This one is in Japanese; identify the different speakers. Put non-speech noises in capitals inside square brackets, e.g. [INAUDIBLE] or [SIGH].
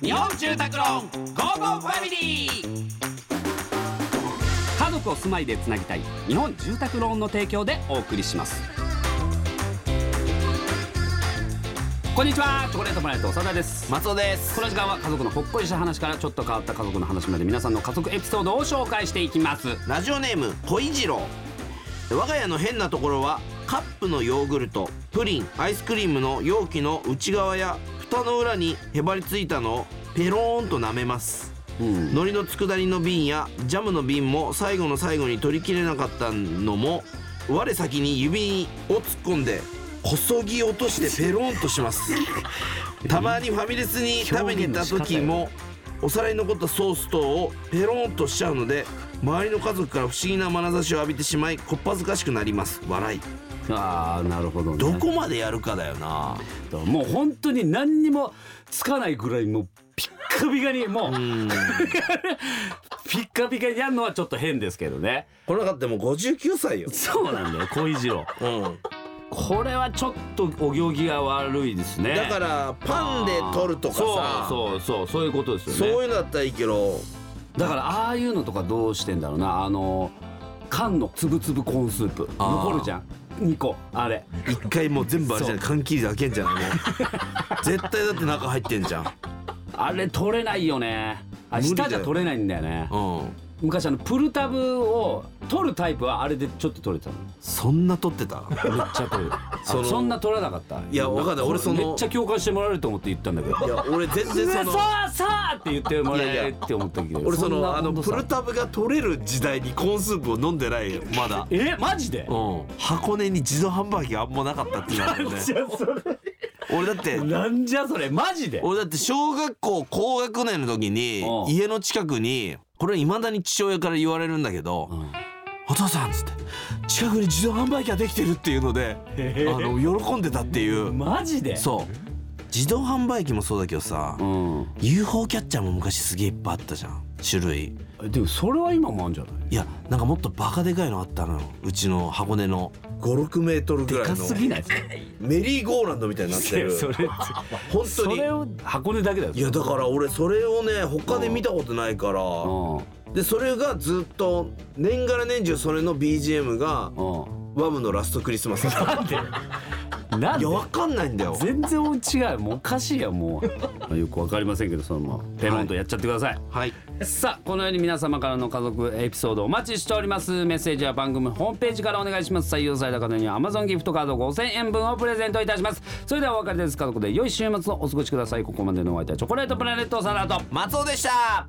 Speaker 1: 日本住宅ローンゴーゴーファミリー家族を住まいでつなぎたい日本住宅ローンの提供でお送りしますこんにちはチョコレートプラネット長田です
Speaker 2: 松尾です
Speaker 1: この時間は家族のほっこりした話からちょっと変わった家族の話まで皆さんの家族エピソードを紹介していきます
Speaker 2: ラジオネーム小次郎我が家の変なところはカップのヨーグルトプリンアイスクリームの容器の内側や蓋の裏にへばりついたのをペローンと舐めます
Speaker 1: うん
Speaker 2: 海苔の佃煮の瓶やジャムの瓶も最後の最後に取りきれなかったのも我先に指を突っ込んでこそぎ落としてペローンとします [LAUGHS] たまにファミレスに食べに行った時もお皿に残ったソース等をペローンとしちゃうので周りの家族から不思議な眼差しを浴びてしまいこっぱずかしくなります笑い
Speaker 1: ああなるほどね
Speaker 2: どこまでやるかだよな
Speaker 1: もう本当に何にもつかないぐらいもうピッカピカにもう
Speaker 2: うん
Speaker 1: ピッカピカにやるのはちょっと変ですけどね
Speaker 2: [LAUGHS] この方でも59歳よ、
Speaker 1: そうなんだよ小次郎
Speaker 2: うん、
Speaker 1: これはちょっとお行儀が悪いですね
Speaker 2: だからパンで取るとかさ
Speaker 1: そうそうそうそういうことですよね
Speaker 2: そういうのだったらいいけど
Speaker 1: だからああいうのとかどうしてんだろうなあの缶のつぶつぶコーンスープ
Speaker 2: あー
Speaker 1: 残るじゃん2個あれ
Speaker 2: 一回もう全部あれじゃない缶切りで開けんじゃないも [LAUGHS] う絶対だって中入ってんじゃん
Speaker 1: あれ取れないよねあ
Speaker 2: 無理
Speaker 1: 舌
Speaker 2: だよ
Speaker 1: じゃ取れないんだよね
Speaker 2: うん
Speaker 1: 昔あのプルタブを取るタイプはあれでちょっと
Speaker 2: [LAUGHS]
Speaker 1: 取れてたの
Speaker 2: そんな取ってた
Speaker 1: めっちゃ取る
Speaker 2: その
Speaker 1: あそんな取らなかった
Speaker 2: いやわかんない俺その
Speaker 1: めっちゃ共感してもらえると思って言ったんだけど
Speaker 2: いや俺全然そ
Speaker 1: さ
Speaker 2: の
Speaker 1: あさあって言ってもらえるって思ったけど
Speaker 2: 俺そ
Speaker 1: ん
Speaker 2: の
Speaker 1: な
Speaker 2: あの
Speaker 1: 温度
Speaker 2: プ
Speaker 1: 差
Speaker 2: ルタブが取れる時代にコーンスープを飲んでないよまだ
Speaker 1: えマジで
Speaker 2: うん箱根に自動販売機あんまなかったっていうのがあるよ [LAUGHS] ね
Speaker 1: ゃそれ
Speaker 2: 俺だって
Speaker 1: なんじゃそれマジで
Speaker 2: 俺だって小学校高学年の時に
Speaker 1: うん
Speaker 2: 家の近くにこれいまだに父親から言われるんだけど
Speaker 1: ん
Speaker 2: 「お父さん」っつって「近くに自動販売機ができてる」っていうので
Speaker 1: へー
Speaker 2: あの喜んでたっていう
Speaker 1: マジで
Speaker 2: そう自動販売機もそうだけどさ、
Speaker 1: う、ん、
Speaker 2: UFO キャッチャーも昔すげえいっぱいあったじゃん種類
Speaker 1: えでもそれは今もあんじゃない
Speaker 2: いやなんかもっとバカでかいのあったのようちの箱根の56メートルぐ
Speaker 1: で
Speaker 2: らい
Speaker 1: か
Speaker 2: の
Speaker 1: すぎない
Speaker 2: メリーゴーランドみたいになってる
Speaker 1: それ
Speaker 2: 本当
Speaker 1: そ
Speaker 2: に
Speaker 1: れを箱根だけだよ
Speaker 2: いやだから俺それをね他で見たことないから
Speaker 1: うんうん
Speaker 2: でそれがずっと年がら年中それの BGM がワムのラストクリスマスい
Speaker 1: なんでなんで
Speaker 2: やわかんないんだよ
Speaker 1: 全然違うもうおかしいやもう [LAUGHS] よくわかりませんけどそのままペロンとやっちゃってください、
Speaker 2: はい
Speaker 1: さあこのように皆様からの家族エピソードお待ちしておりますメッセージは番組ホームページからお願いします採用された方には Amazon ギフトカード5000円分をプレゼントいたしますそれではお別れです家族で良い週末をお過ごしくださいここまでのお相手はチョコレートプラネットサラダと
Speaker 2: 松尾でした